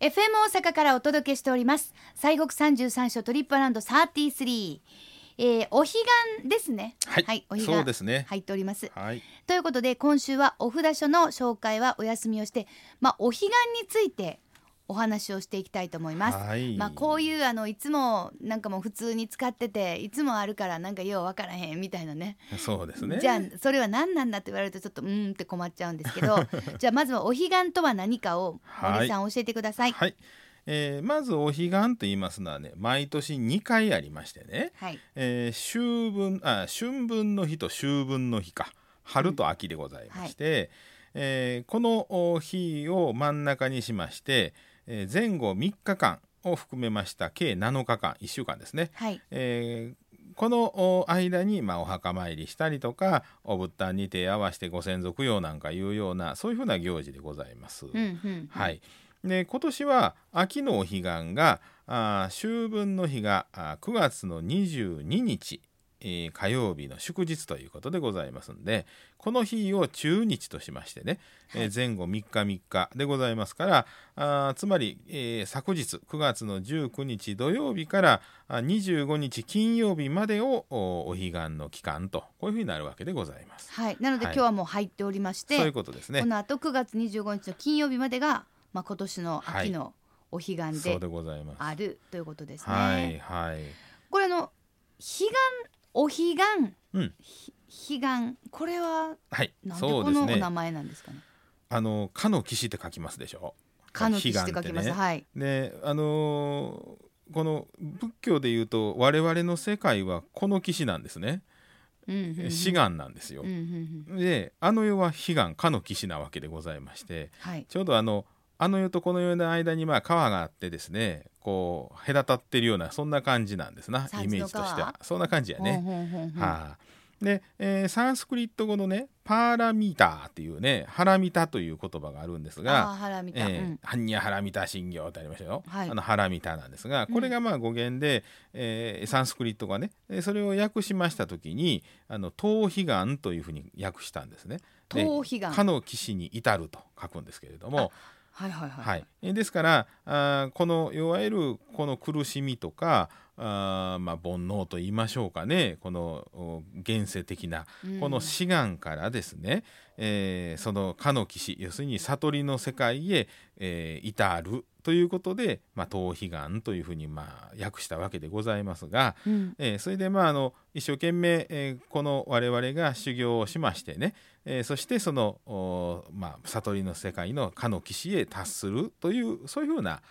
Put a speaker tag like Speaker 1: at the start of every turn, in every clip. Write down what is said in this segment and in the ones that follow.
Speaker 1: FM 大阪からお届けしております西国三十三所トリップアラウンド33、えー、お彼岸ですね
Speaker 2: はい
Speaker 1: お彼岸
Speaker 2: そうですね
Speaker 1: 入っております
Speaker 2: はい、
Speaker 1: ということで今週はお札所の紹介はお休みをしてまあお彼岸についてお話をしていきたいと思います、
Speaker 2: はい
Speaker 1: まあこういうあのいつもなんかもう普通に使ってていつもあるからなんかようわからへんみたいなね
Speaker 2: そうですね
Speaker 1: じゃあそれは何なんだって言われるとちょっとうーんって困っちゃうんですけ どじゃあまずはお彼岸とは何かを森さん教えてください。
Speaker 2: はい、えーまずお彼岸と言いますのはね毎年2回ありましてね、
Speaker 1: はい
Speaker 2: えー秋分あ春分の日と秋分の日か春と秋でございまして、えーこのお日を真ん中にしまして、えー前後3日間を含めました計7日間1週間ですね、
Speaker 1: はい
Speaker 2: えーこのお間に、まあ、お墓参りしたりとかお仏壇に手合わせてご先祖供養なんかいうようなそういうふうな行事でございます。
Speaker 1: うんうん
Speaker 2: はい、で今年は秋のお彼岸があー秋分の日があー9月の22日、えー火曜日の祝日ということでございますんでこの日を中日としましてね、えー前後3日3日でございますからあーつまり、えー昨日9月の19日土曜日からあ25日金曜日までをおお彼岸の期間とこういうふうになるわけでございます。
Speaker 1: はいなので今
Speaker 2: はい
Speaker 1: 日はもう入っておりまして、
Speaker 2: そういうことですね
Speaker 1: こ。の後9月25日の金曜日までがまあ今年の秋のお彼岸
Speaker 2: そう
Speaker 1: で
Speaker 2: でございます。
Speaker 1: あるということですね。
Speaker 2: はいはい。
Speaker 1: これあの彼岸お彼岸、
Speaker 2: うん
Speaker 1: ひ彼岸これは
Speaker 2: はい、
Speaker 1: なんでこ
Speaker 2: そうで
Speaker 1: の
Speaker 2: す
Speaker 1: お名
Speaker 2: ね。
Speaker 1: 前なんですかね。
Speaker 2: あの、かの岸って書きますでしょ
Speaker 1: かの岸って書きます。
Speaker 2: 彼岸ってね
Speaker 1: はい。
Speaker 2: で、あのーこの仏教で言うと、我々の世界はこの岸なんですね。
Speaker 1: うんうんうん
Speaker 2: 志願なんですよ
Speaker 1: うん。うんうん
Speaker 2: で、あの世は悲願、かの岸なわけでございまして。
Speaker 1: はい。
Speaker 2: ちょうどあの、あの世とこの世の間に、まあ、川があってですね。こう、隔たってるような、そんな感じなんですな。
Speaker 1: 三途の
Speaker 2: イメージとして
Speaker 1: 川、
Speaker 2: はそんな感じやね。
Speaker 1: ほんほんほんほん
Speaker 2: はあ、で、えーサンスクリット語のねパーラミターっていうねハラミタという言葉があるんです
Speaker 1: あー
Speaker 2: が
Speaker 1: ハラ
Speaker 2: 「
Speaker 1: ミ
Speaker 2: え
Speaker 1: タ。う
Speaker 2: ー
Speaker 1: ん
Speaker 2: ハンニャハラミタ信教」ってありましたよ、
Speaker 1: はい
Speaker 2: あのハラミタなんですがこれがまあ語源で、えーサンスクリットがねえーそれを訳しました時に「あの東彼岸」というふうに訳したんですね。で
Speaker 1: 東彼岸
Speaker 2: かの岸に至ると書くんですけれども
Speaker 1: はいはいはい。
Speaker 2: はい、えーですからあーこのいわゆるこの苦しみとかあー、まあ、煩悩と言いましょうかねこのお現世的な
Speaker 1: うん
Speaker 2: この志願からですね、えーそのかの騎士要するに悟りの世界へ、えー至るということで「まあ、東彼岸」というふうにまあ訳したわけでございますが、
Speaker 1: うん
Speaker 2: えーそれでまああの一生懸命、えーこの我々が修行をしましてね、えーそしてその、おーまあ、悟りの世界のかの岸へ達するというそういうふうな、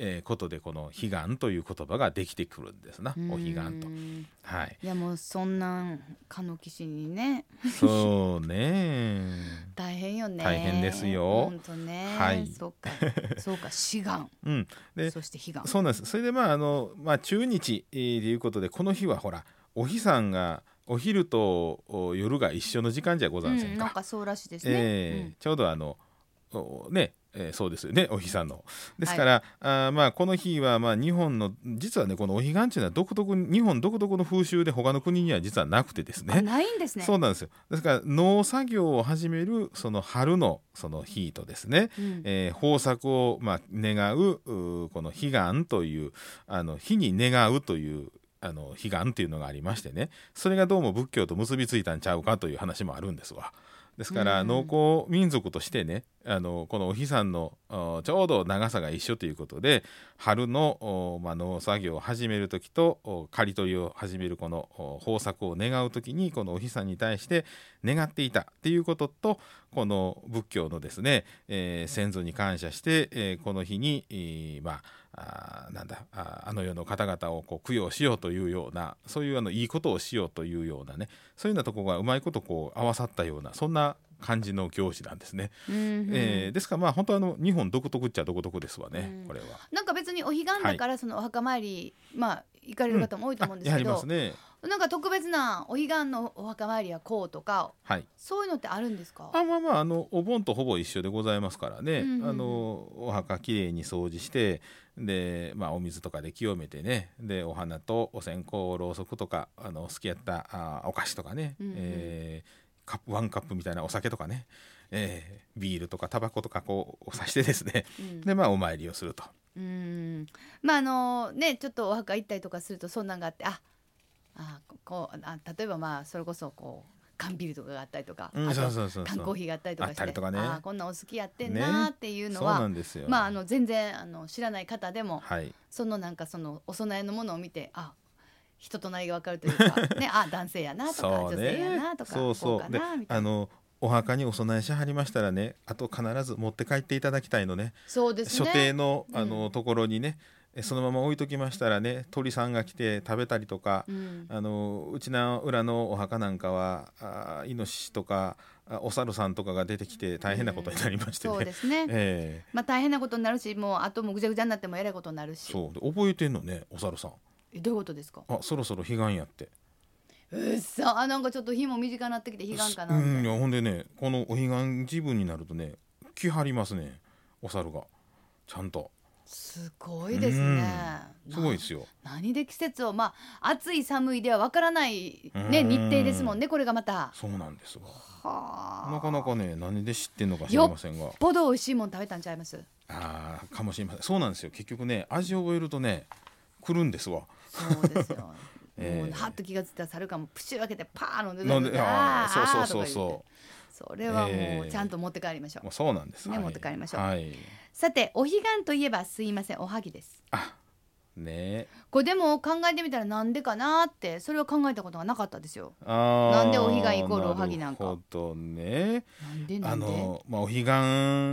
Speaker 2: えーことでこの「悲願」という言葉ができてくるんですな「お彼岸と
Speaker 1: う。ん
Speaker 2: はい、
Speaker 1: いやもうそんなんかの岸にね
Speaker 2: そうね
Speaker 1: 大変よね。
Speaker 2: 大変ですよ
Speaker 1: 本当ね。
Speaker 2: はい
Speaker 1: そうかそうか志願
Speaker 2: うん、で
Speaker 1: そして悲願。
Speaker 2: そうなんですそれでまああの、まあ、中日と、えー、いうことでこの日はほらお日さんがお昼とお夜が一緒の時間じゃございませ
Speaker 1: うんん
Speaker 2: か。
Speaker 1: なんかそうらしいですね。
Speaker 2: えーちょうどあのおね、えーそうですよねお日さんの。ですから、あーまあ、この日はまあ日本の実はねこのお彼岸というのは独特に日本独特の風習で他の国には実はなくてです
Speaker 1: うんあ
Speaker 2: ね。
Speaker 1: ないんですね。
Speaker 2: そうなんですよですから農作業を始めるその春のその日とですね、
Speaker 1: うん
Speaker 2: えー豊作を、まあ、願ううーこの悲願というあの火に願うというあの悲願というのがありましてねそれがどうも仏教と結びついたんちゃうかという話もあるんですわ。ですから
Speaker 1: うんうん
Speaker 2: 農耕民族としてねあのこのお日さんのおちょうど長さが一緒ということで春の、おまあ、農作業を始める時とお刈り取りを始めるこのお豊作を願う時にこのお日さんに対して願っていたっていうこととこの仏教のですね、えー先祖に感謝して、えーこの日に、えーまああーなんだあーあの世の方々をこう供養しようというようなそういうあのいいことをしようというようなねそういうようなとこがうまいことこう合わさったようなそんな感じの行事なんですね。
Speaker 1: うんうん
Speaker 2: えーですからまあ本当あの日本独特っちゃ独特ですわね、
Speaker 1: うん
Speaker 2: これは。
Speaker 1: なんか別にお彼岸だからそのお墓参り、まあ行かれる方も多いと思うんです
Speaker 2: あや
Speaker 1: け
Speaker 2: り
Speaker 1: ど、
Speaker 2: ますね。
Speaker 1: なんか特別なお彼岸のお墓参りはこうとか
Speaker 2: はい。
Speaker 1: そういうのってあるんですか。
Speaker 2: あまあまああのお盆とほぼ一緒でございますからね、
Speaker 1: うんうんうん
Speaker 2: あのお墓きれいに掃除してで、まあ、お水とかで清めてねでお花とお線香ろうそくとかあの好きやったあお菓子とかね、
Speaker 1: うんうん
Speaker 2: えーカップワンカップみたいなお酒とかね、えービールとかタバコとかこうをさしてですね
Speaker 1: うん
Speaker 2: でまあお参りをすると
Speaker 1: んまああのねちょっとお墓行ったりとかするとそんなんがあってああこうあ例えばまあそれこそこう缶ビールとかがあったりとか、
Speaker 2: うん
Speaker 1: あと
Speaker 2: そうそうそうそう
Speaker 1: 缶コーヒーがあったりとかして
Speaker 2: あったりとかね
Speaker 1: あこんなんお好きやってんなーっていうの
Speaker 2: そう
Speaker 1: は、
Speaker 2: なんですよ。
Speaker 1: まああの全然あの知らない方でも
Speaker 2: はい、
Speaker 1: そのなんかそのお供えのものを見てあ人となりがわかるという かねあ男性やなとか、
Speaker 2: そう
Speaker 1: 女性や
Speaker 2: ね
Speaker 1: なと。か
Speaker 2: そう
Speaker 1: こ
Speaker 2: そう
Speaker 1: か
Speaker 2: う。で
Speaker 1: なみ、たい
Speaker 2: あ
Speaker 1: な
Speaker 2: のお墓にお供えしはりましたらね、あと必ず持って帰っていただきたいのね。
Speaker 1: そうです
Speaker 2: 所
Speaker 1: ね
Speaker 2: 定のあ
Speaker 1: う
Speaker 2: のところにね、えそのまま置いときましたらね、鳥さんが来て食べたりとか
Speaker 1: う。ん、
Speaker 2: あのうちの裏のお墓なんかはあイノシシとかあお猿さんとかが出てきて大変なことになりましてね。
Speaker 1: そうですね、
Speaker 2: ええ
Speaker 1: まあ大変なことになるしもうあともうぐちゃぐちゃになってもえらいことになるし
Speaker 2: そうで覚えてんのねお猿さん
Speaker 1: えどういうことですか
Speaker 2: あそろそろ彼岸やって
Speaker 1: うっそあなんかちょっと日も短くなってきて悲願かな
Speaker 2: う
Speaker 1: みたい
Speaker 2: んい
Speaker 1: な
Speaker 2: やほんでねこのお彼岸時分になるとね来はりますねお猿がちゃんと
Speaker 1: すごいですね
Speaker 2: うんすごいで
Speaker 1: な
Speaker 2: すよ
Speaker 1: 何で季節をまあ暑い寒いではわからないね
Speaker 2: うん
Speaker 1: 日程ですもんねこれがまた
Speaker 2: そうなんですわ
Speaker 1: はあ
Speaker 2: なかなかね何で知ってんのか知りませんが
Speaker 1: ボド美味しいもん食べたんちゃいます
Speaker 2: あーかもしれませんそうなんですよ結局ね味覚えるとね来るんですわ
Speaker 1: そうですよ
Speaker 2: え
Speaker 1: も
Speaker 2: え
Speaker 1: うはっと気がついたら猿がもうプシュー開けてパー飲んで
Speaker 2: なんであーそうそうそう
Speaker 1: う
Speaker 2: そ
Speaker 1: それはも
Speaker 2: え
Speaker 1: う
Speaker 2: え
Speaker 1: ちゃんと持って帰りましょ
Speaker 2: う
Speaker 1: う、
Speaker 2: もうそうなんです
Speaker 1: ね
Speaker 2: はい
Speaker 1: 持って帰りましょう
Speaker 2: はい
Speaker 1: さてお彼岸といえばすいませんおはぎです
Speaker 2: あねえ
Speaker 1: これでも考えてみたらなんでかなってそれは考えたことがなかったですよな
Speaker 2: なん
Speaker 1: でお彼岸イコールおはぎなんか
Speaker 2: るほどね
Speaker 1: なんでな
Speaker 2: あ
Speaker 1: んで
Speaker 2: の、まあ、お彼岸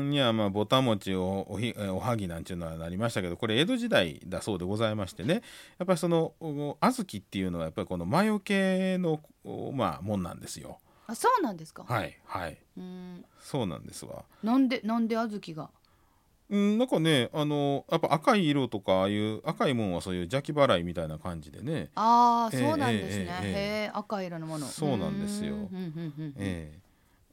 Speaker 2: にはまあぼた餅をおひえおはぎなんていうのはなりましたけどこれ江戸時代だそうでございましてねやっぱりそのお小豆っていうのはやっぱりこの魔除けの、おまあ、もんなんですよ。
Speaker 1: あそうなんですか、
Speaker 2: はいはい
Speaker 1: ー
Speaker 2: う
Speaker 1: ん
Speaker 2: そうなんですわ。
Speaker 1: なんでなんで小豆が
Speaker 2: うん、なんかねあのやっぱ赤い色とかああいう赤いもんはそういう邪気払いみたいな感じでね、
Speaker 1: ああ
Speaker 2: ええ
Speaker 1: そうなんですね、
Speaker 2: ええええ
Speaker 1: へえ赤い色のもの
Speaker 2: そうなんですよ
Speaker 1: うーんうんうんうん
Speaker 2: ええ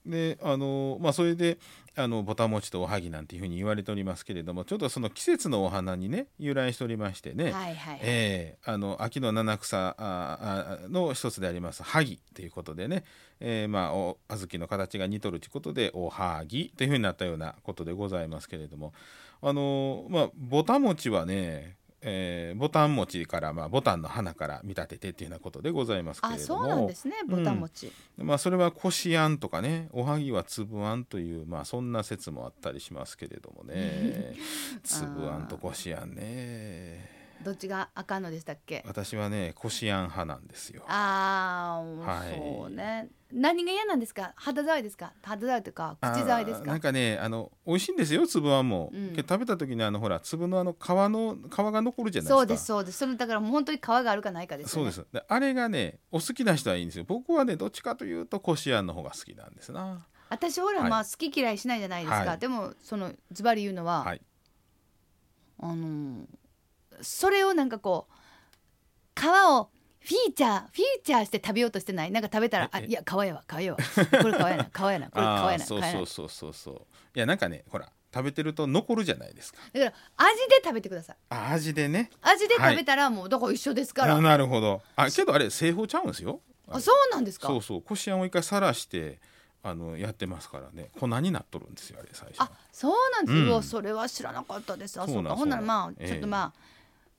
Speaker 2: であのまあそれであのぼたもちとおはぎなんていうふうに言われておりますけれどもちょっとその季節のお花にね由来しておりましてね、
Speaker 1: はいはい、
Speaker 2: ええあの秋の七草ああの一つであります萩ということでね、ええまあお小豆の形が似とるということでおはぎというふうになったようなことでございますけれどもあのまあぼた餅はね、ええぼたん餅から、まあ、ぼたんの花から見立ててっていうようなことでございますけれ
Speaker 1: あ
Speaker 2: ど
Speaker 1: そ
Speaker 2: も
Speaker 1: うなんですねぼたもち、
Speaker 2: まあ、それはこしあんとかねおはぎはつぶあんという、まあ、そんな説もあったりしますけれども ねつぶあんとこしあんね
Speaker 1: どっちが赤のでしたっけ
Speaker 2: 私はねこしあん派なんですよ
Speaker 1: ああ、
Speaker 2: はい
Speaker 1: そうね何が嫌なんですか肌触りですか肌触りというか口触りです
Speaker 2: あーな
Speaker 1: か
Speaker 2: んかねあの美味しいんですよつぶあんも、
Speaker 1: うん
Speaker 2: けど食べた時にあのほら粒のあの皮の皮が残るじゃないですか
Speaker 1: そうですそうですそれだからもう本当に皮があるかないかです
Speaker 2: そ
Speaker 1: よ
Speaker 2: う
Speaker 1: ね
Speaker 2: ですであれがねお好きな人はいいんですよ僕はねどっちかというとこしあんの方が好きなんですな
Speaker 1: 私ほら
Speaker 2: はい
Speaker 1: まあ好き嫌いしないじゃないですか、
Speaker 2: はい
Speaker 1: でもそのズバリ言うのは、
Speaker 2: はい
Speaker 1: あのーそれをなんかこう皮をフィーチャーフィーチャーして食べようとしてないなんか食べたら「あ
Speaker 2: ええ
Speaker 1: いや皮や わ皮やわこれ皮やな皮やなこれ皮
Speaker 2: あ
Speaker 1: や
Speaker 2: ー
Speaker 1: な皮
Speaker 2: そ
Speaker 1: や
Speaker 2: う
Speaker 1: な」
Speaker 2: そうそうそうそういやなんかねほら食べてると残るじゃないですか
Speaker 1: だから味で食べてください
Speaker 2: あ味でね
Speaker 1: 味で食べたらもうだから一緒ですから、
Speaker 2: あなるほどあけどあれ製法ちゃうんですよ
Speaker 1: あそうなんですか
Speaker 2: そうそうこしあんを一回さらしてあのやってますからね粉になっとるんですよあれ最初
Speaker 1: あそうなんですよ、
Speaker 2: うん
Speaker 1: うわそれは知らなかったですあ
Speaker 2: そう
Speaker 1: そ
Speaker 2: な
Speaker 1: うんかほんなら
Speaker 2: そうな
Speaker 1: ま
Speaker 2: ん
Speaker 1: あちょっ
Speaker 2: ええ
Speaker 1: とまあ、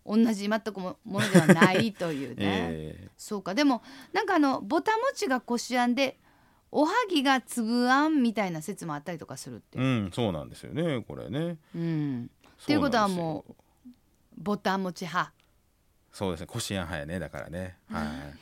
Speaker 1: 同じ全くもものではないというね、
Speaker 2: え
Speaker 1: そうかでもなんかあのぼたもちがこしあんでおはぎがつぶあんみたいな説もあったりとかするって
Speaker 2: え、うんそうなんですよねこれね
Speaker 1: うんっていうことはも
Speaker 2: う
Speaker 1: ぼたもち派
Speaker 2: そうですねこしあん派やねだからねはい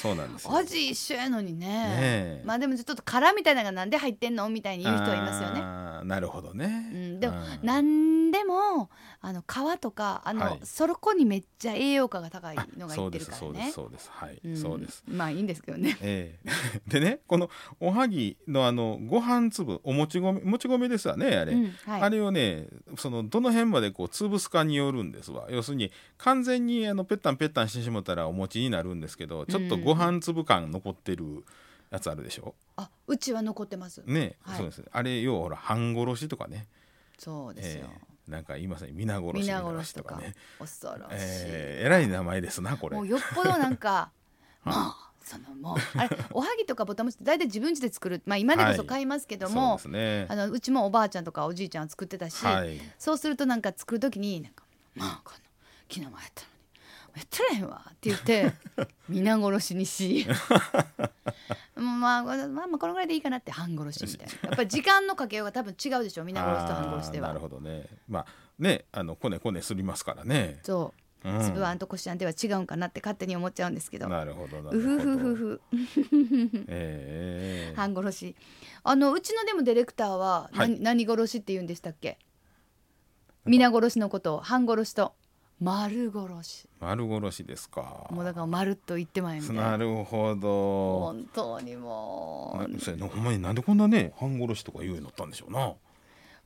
Speaker 2: そうなんですよ
Speaker 1: 味一緒やのにね
Speaker 2: ねえ
Speaker 1: まあでもちょっと殻みたいなのがなんで入ってんのみたいに言う人はいますよね
Speaker 2: あーなるほどね、
Speaker 1: うん、でも
Speaker 2: あー
Speaker 1: なんでもあの皮とかあの、
Speaker 2: はい
Speaker 1: そこにめっちゃ栄養価が高い
Speaker 2: あ
Speaker 1: のがい
Speaker 2: そ
Speaker 1: っ
Speaker 2: う
Speaker 1: て
Speaker 2: で
Speaker 1: るか
Speaker 2: す
Speaker 1: ら
Speaker 2: そうで
Speaker 1: ね
Speaker 2: すそうですはい、
Speaker 1: ん
Speaker 2: そうです
Speaker 1: まあいいんですけどね
Speaker 2: え えでねこのおはぎのあのご飯粒おもち米もち米ですわねあれ、
Speaker 1: うんはい
Speaker 2: あれをねそのどの辺までこう潰すかによるんですわ要するに完全にあのペッタンペッタンしてしもたらお餅になるんですけどちょっとご飯粒感残ってるやつあるでしょ、
Speaker 1: あうちは残ってます
Speaker 2: ね、
Speaker 1: はい
Speaker 2: そうですあれようほら半殺しとかね、
Speaker 1: そうです
Speaker 2: え
Speaker 1: よ、
Speaker 2: えなんか言いません皆殺し
Speaker 1: 皆殺しとか
Speaker 2: ね
Speaker 1: 恐ろしい、
Speaker 2: えええらい名前ですなこれ
Speaker 1: もうよっぽどなん かもうそのもうあれおはぎとかぼたもちって大体自分家で作るまあ今でこそ買いますけども、
Speaker 2: そうですね
Speaker 1: あのうちもおばあちゃんとかおじいちゃんは作ってたし、
Speaker 2: はい
Speaker 1: そうするとなんか作る時になんかまあこんな昨日もやったのにもうやってられへんわって言って 皆殺しにしもうまあまあまあこのぐらいでいいかなって半殺しみたいなやっぱり時間のかけようが多分違うでしょ皆殺しと半殺しで
Speaker 2: あーなる
Speaker 1: は
Speaker 2: ほどねまあねあのこねこねすりますからね、
Speaker 1: そうう、
Speaker 2: ん
Speaker 1: つぶあんとこしあんでは違うんかなって勝手に思っちゃうんですけど
Speaker 2: なるほどなるほど
Speaker 1: うふふふふ
Speaker 2: ええ
Speaker 1: 半殺しあのうちのでもディレクターは何,、何殺しって言うんでしたっけ皆殺しのことを半殺しと丸殺し
Speaker 2: 丸殺しですか
Speaker 1: もうだから丸っと言ってまいみたい
Speaker 2: な
Speaker 1: な
Speaker 2: るほど
Speaker 1: 本当にもう
Speaker 2: なそれなほんまになんでこんなね半殺しとか言うようになったんでしょうな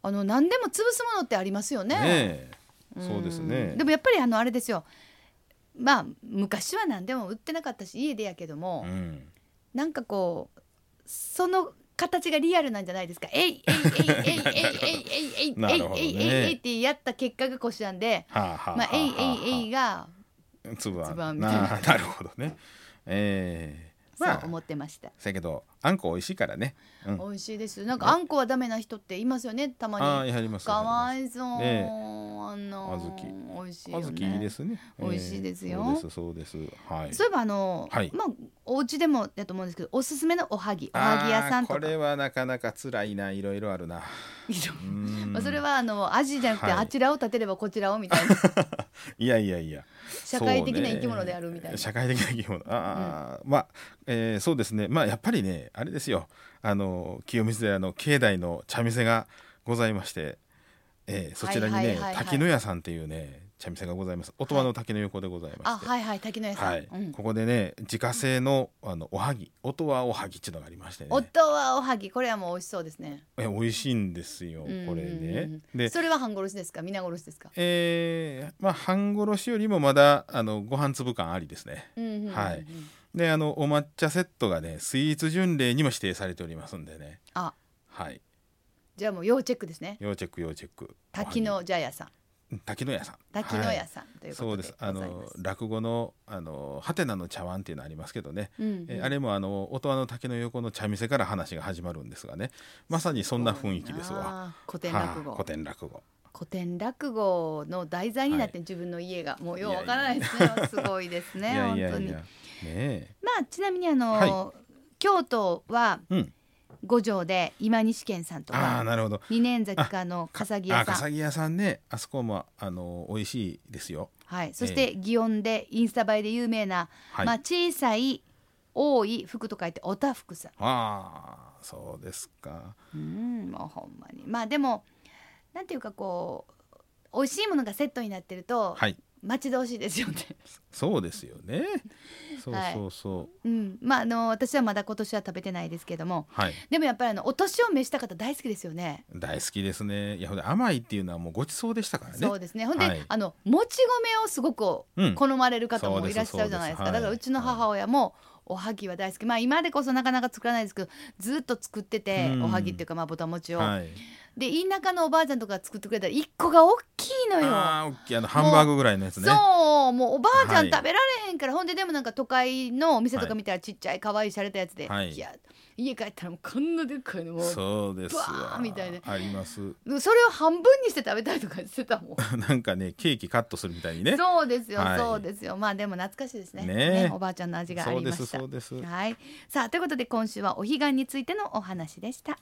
Speaker 1: あの何でも潰すものってありますよね
Speaker 2: ねえ
Speaker 1: ん
Speaker 2: そうですね
Speaker 1: でもやっぱりあのあれですよまあ昔は何でも売ってなかったし家でやけども、
Speaker 2: うん
Speaker 1: なんかこうその形がリアルなんじゃないですか。えいえいえいえいえいえいえいえいえい
Speaker 2: なるほどね
Speaker 1: えいえいえいってやった結果がこしなんで、
Speaker 2: はあはあ
Speaker 1: まあえいえいえい
Speaker 2: い
Speaker 1: が
Speaker 2: つぶあ
Speaker 1: つ
Speaker 2: ん
Speaker 1: ぶあんみたいな
Speaker 2: なあなるほどねええ
Speaker 1: そう
Speaker 2: まあ
Speaker 1: 思ってました。
Speaker 2: せやけどあんこ美味しいからねうん
Speaker 1: 美味しいです。なんかあんこはダメな人っていますよね。た
Speaker 2: あ
Speaker 1: ま
Speaker 2: あ
Speaker 1: に。
Speaker 2: やります
Speaker 1: かわ
Speaker 2: い
Speaker 1: いそう。
Speaker 2: ねえ
Speaker 1: あのー美味しいよ
Speaker 2: 小
Speaker 1: ね。
Speaker 2: 豆いいですね
Speaker 1: 美味しいですよ
Speaker 2: ええそうですそうですはい
Speaker 1: そういえばあのー
Speaker 2: はい
Speaker 1: まあお家でもだと思うんですけど、おすすめのおはぎ、お
Speaker 2: あ
Speaker 1: はぎ屋さん
Speaker 2: ー
Speaker 1: と
Speaker 2: こ
Speaker 1: か。
Speaker 2: れはなかなか辛いないろいろあるなうん
Speaker 1: まあそれはあの味じゃなくて
Speaker 2: はい
Speaker 1: あちらを立てればこちらをみたいな
Speaker 2: いやいやいや
Speaker 1: 社会的な生き物であるみたいな
Speaker 2: そうね社会的な生き物ああ、まあ、えーそうですねまあやっぱりねあれですよあの清水寺の境内の茶店がございまして、えーそちらにね、
Speaker 1: はいはいはいはい
Speaker 2: 滝の屋さんっていうね茶店がございます音羽の滝の横でございま
Speaker 1: あ
Speaker 2: して、
Speaker 1: はいはい滝野屋さん、
Speaker 2: はい
Speaker 1: うん、
Speaker 2: ここでね自家製のあのおはぎ音羽おはぎっていうのがありましてね
Speaker 1: 夫はおはぎこれはもう美味しそうですね
Speaker 2: え美味しいんですよこ
Speaker 1: うん
Speaker 2: れね。
Speaker 1: うん
Speaker 2: で
Speaker 1: それは半殺しですか皆殺しですか、
Speaker 2: えーまあ半殺しよりもまだあのご飯粒感ありですね。
Speaker 1: うんうんうんうん
Speaker 2: はいであのお抹茶セットがねスイーツ巡礼にも指定されておりますんでね
Speaker 1: あ
Speaker 2: はい
Speaker 1: じゃあもう要チェックですね
Speaker 2: 要チェック要チェック
Speaker 1: 滝
Speaker 2: おは
Speaker 1: 野茶屋さん
Speaker 2: ぎ滝の屋さん
Speaker 1: 滝野
Speaker 2: は
Speaker 1: 屋
Speaker 2: い
Speaker 1: さん、という
Speaker 2: そ
Speaker 1: こ
Speaker 2: う
Speaker 1: と
Speaker 2: で
Speaker 1: ですござ
Speaker 2: あ
Speaker 1: います
Speaker 2: の落語の「あのハテナの茶碗」っていうのありますけどね、
Speaker 1: うんうん
Speaker 2: えあれもあの音羽の滝の横の茶店から話が始まるんですがねまさにそんな雰囲気ですわ
Speaker 1: あー古典落語、
Speaker 2: はい古典落語
Speaker 1: 古典落語の題材になって、自分の家がもうようわからないですねすごいですね
Speaker 2: いやい
Speaker 1: 本
Speaker 2: や
Speaker 1: 当
Speaker 2: い
Speaker 1: に
Speaker 2: や
Speaker 1: ま
Speaker 2: ねえ
Speaker 1: あちなみにあの、
Speaker 2: は
Speaker 1: 京都は
Speaker 2: うん
Speaker 1: 五条で今西健さんと
Speaker 2: ああ
Speaker 1: か
Speaker 2: なるほど
Speaker 1: 二年坂の笠木屋
Speaker 2: あ
Speaker 1: さん
Speaker 2: 笠木屋さんねあそこもあの美味しいですよ
Speaker 1: はい、そして祇園でインスタ映えで有名な、
Speaker 2: はい
Speaker 1: まあ小さい多い服と書いておたふくさん。
Speaker 2: ああそうですか
Speaker 1: うん、もうほんまに。まあでもなんていうかこう美味しいものがセットになってると、
Speaker 2: はい
Speaker 1: 待ち遠しいですよね。
Speaker 2: そうですよね。そう
Speaker 1: はい
Speaker 2: そうそう。
Speaker 1: うん、まああの私はまだ今年は食べてないですけども、
Speaker 2: はい。
Speaker 1: でもやっぱりあのお年を召した方大好きですよね。
Speaker 2: 大好きですね。いやほんで甘いっていうのはもうごちそうでしたからね。
Speaker 1: そうですね。ほんで、
Speaker 2: はい
Speaker 1: あのもち米をすごく
Speaker 2: うん
Speaker 1: 好まれる方
Speaker 2: そ
Speaker 1: も
Speaker 2: うです
Speaker 1: いらっしゃるじゃないですか。
Speaker 2: そうで
Speaker 1: だか
Speaker 2: す
Speaker 1: ら
Speaker 2: はいう
Speaker 1: ちの母親もおはぎは大好き。まあ今でこそなかなか作らないですけど、ずっと作ってて
Speaker 2: うん
Speaker 1: おはぎっていうかまあぼたもちを。
Speaker 2: はい。
Speaker 1: で田舎のおばあちゃんとかが作ってくれたら一個が大きいのよ。
Speaker 2: ああ、大きいあのハンバーグぐらいのやつね。
Speaker 1: そうもうおばあちゃ
Speaker 2: は
Speaker 1: ん
Speaker 2: い
Speaker 1: 食べられへんから、ほんででもなんか都会のお店と
Speaker 2: は
Speaker 1: か
Speaker 2: い
Speaker 1: 見たらちっちゃい可愛い洒落たやつで、
Speaker 2: はい
Speaker 1: や家帰ったらもうこんなでっかいのもうそ
Speaker 2: そうです
Speaker 1: ぶわ
Speaker 2: わ
Speaker 1: ーみたいな
Speaker 2: あります。
Speaker 1: れを半分にして食べたりとかしてたもん
Speaker 2: なんかね、ケーキカットするみたいにね。
Speaker 1: そうですよ、
Speaker 2: はい
Speaker 1: そうですよまあでも懐かしいですね
Speaker 2: ねえ
Speaker 1: おばあちゃんの味があ
Speaker 2: そう
Speaker 1: り
Speaker 2: で
Speaker 1: ますした
Speaker 2: そうです。
Speaker 1: はいさあということで今週はお彼岸についてのお話でした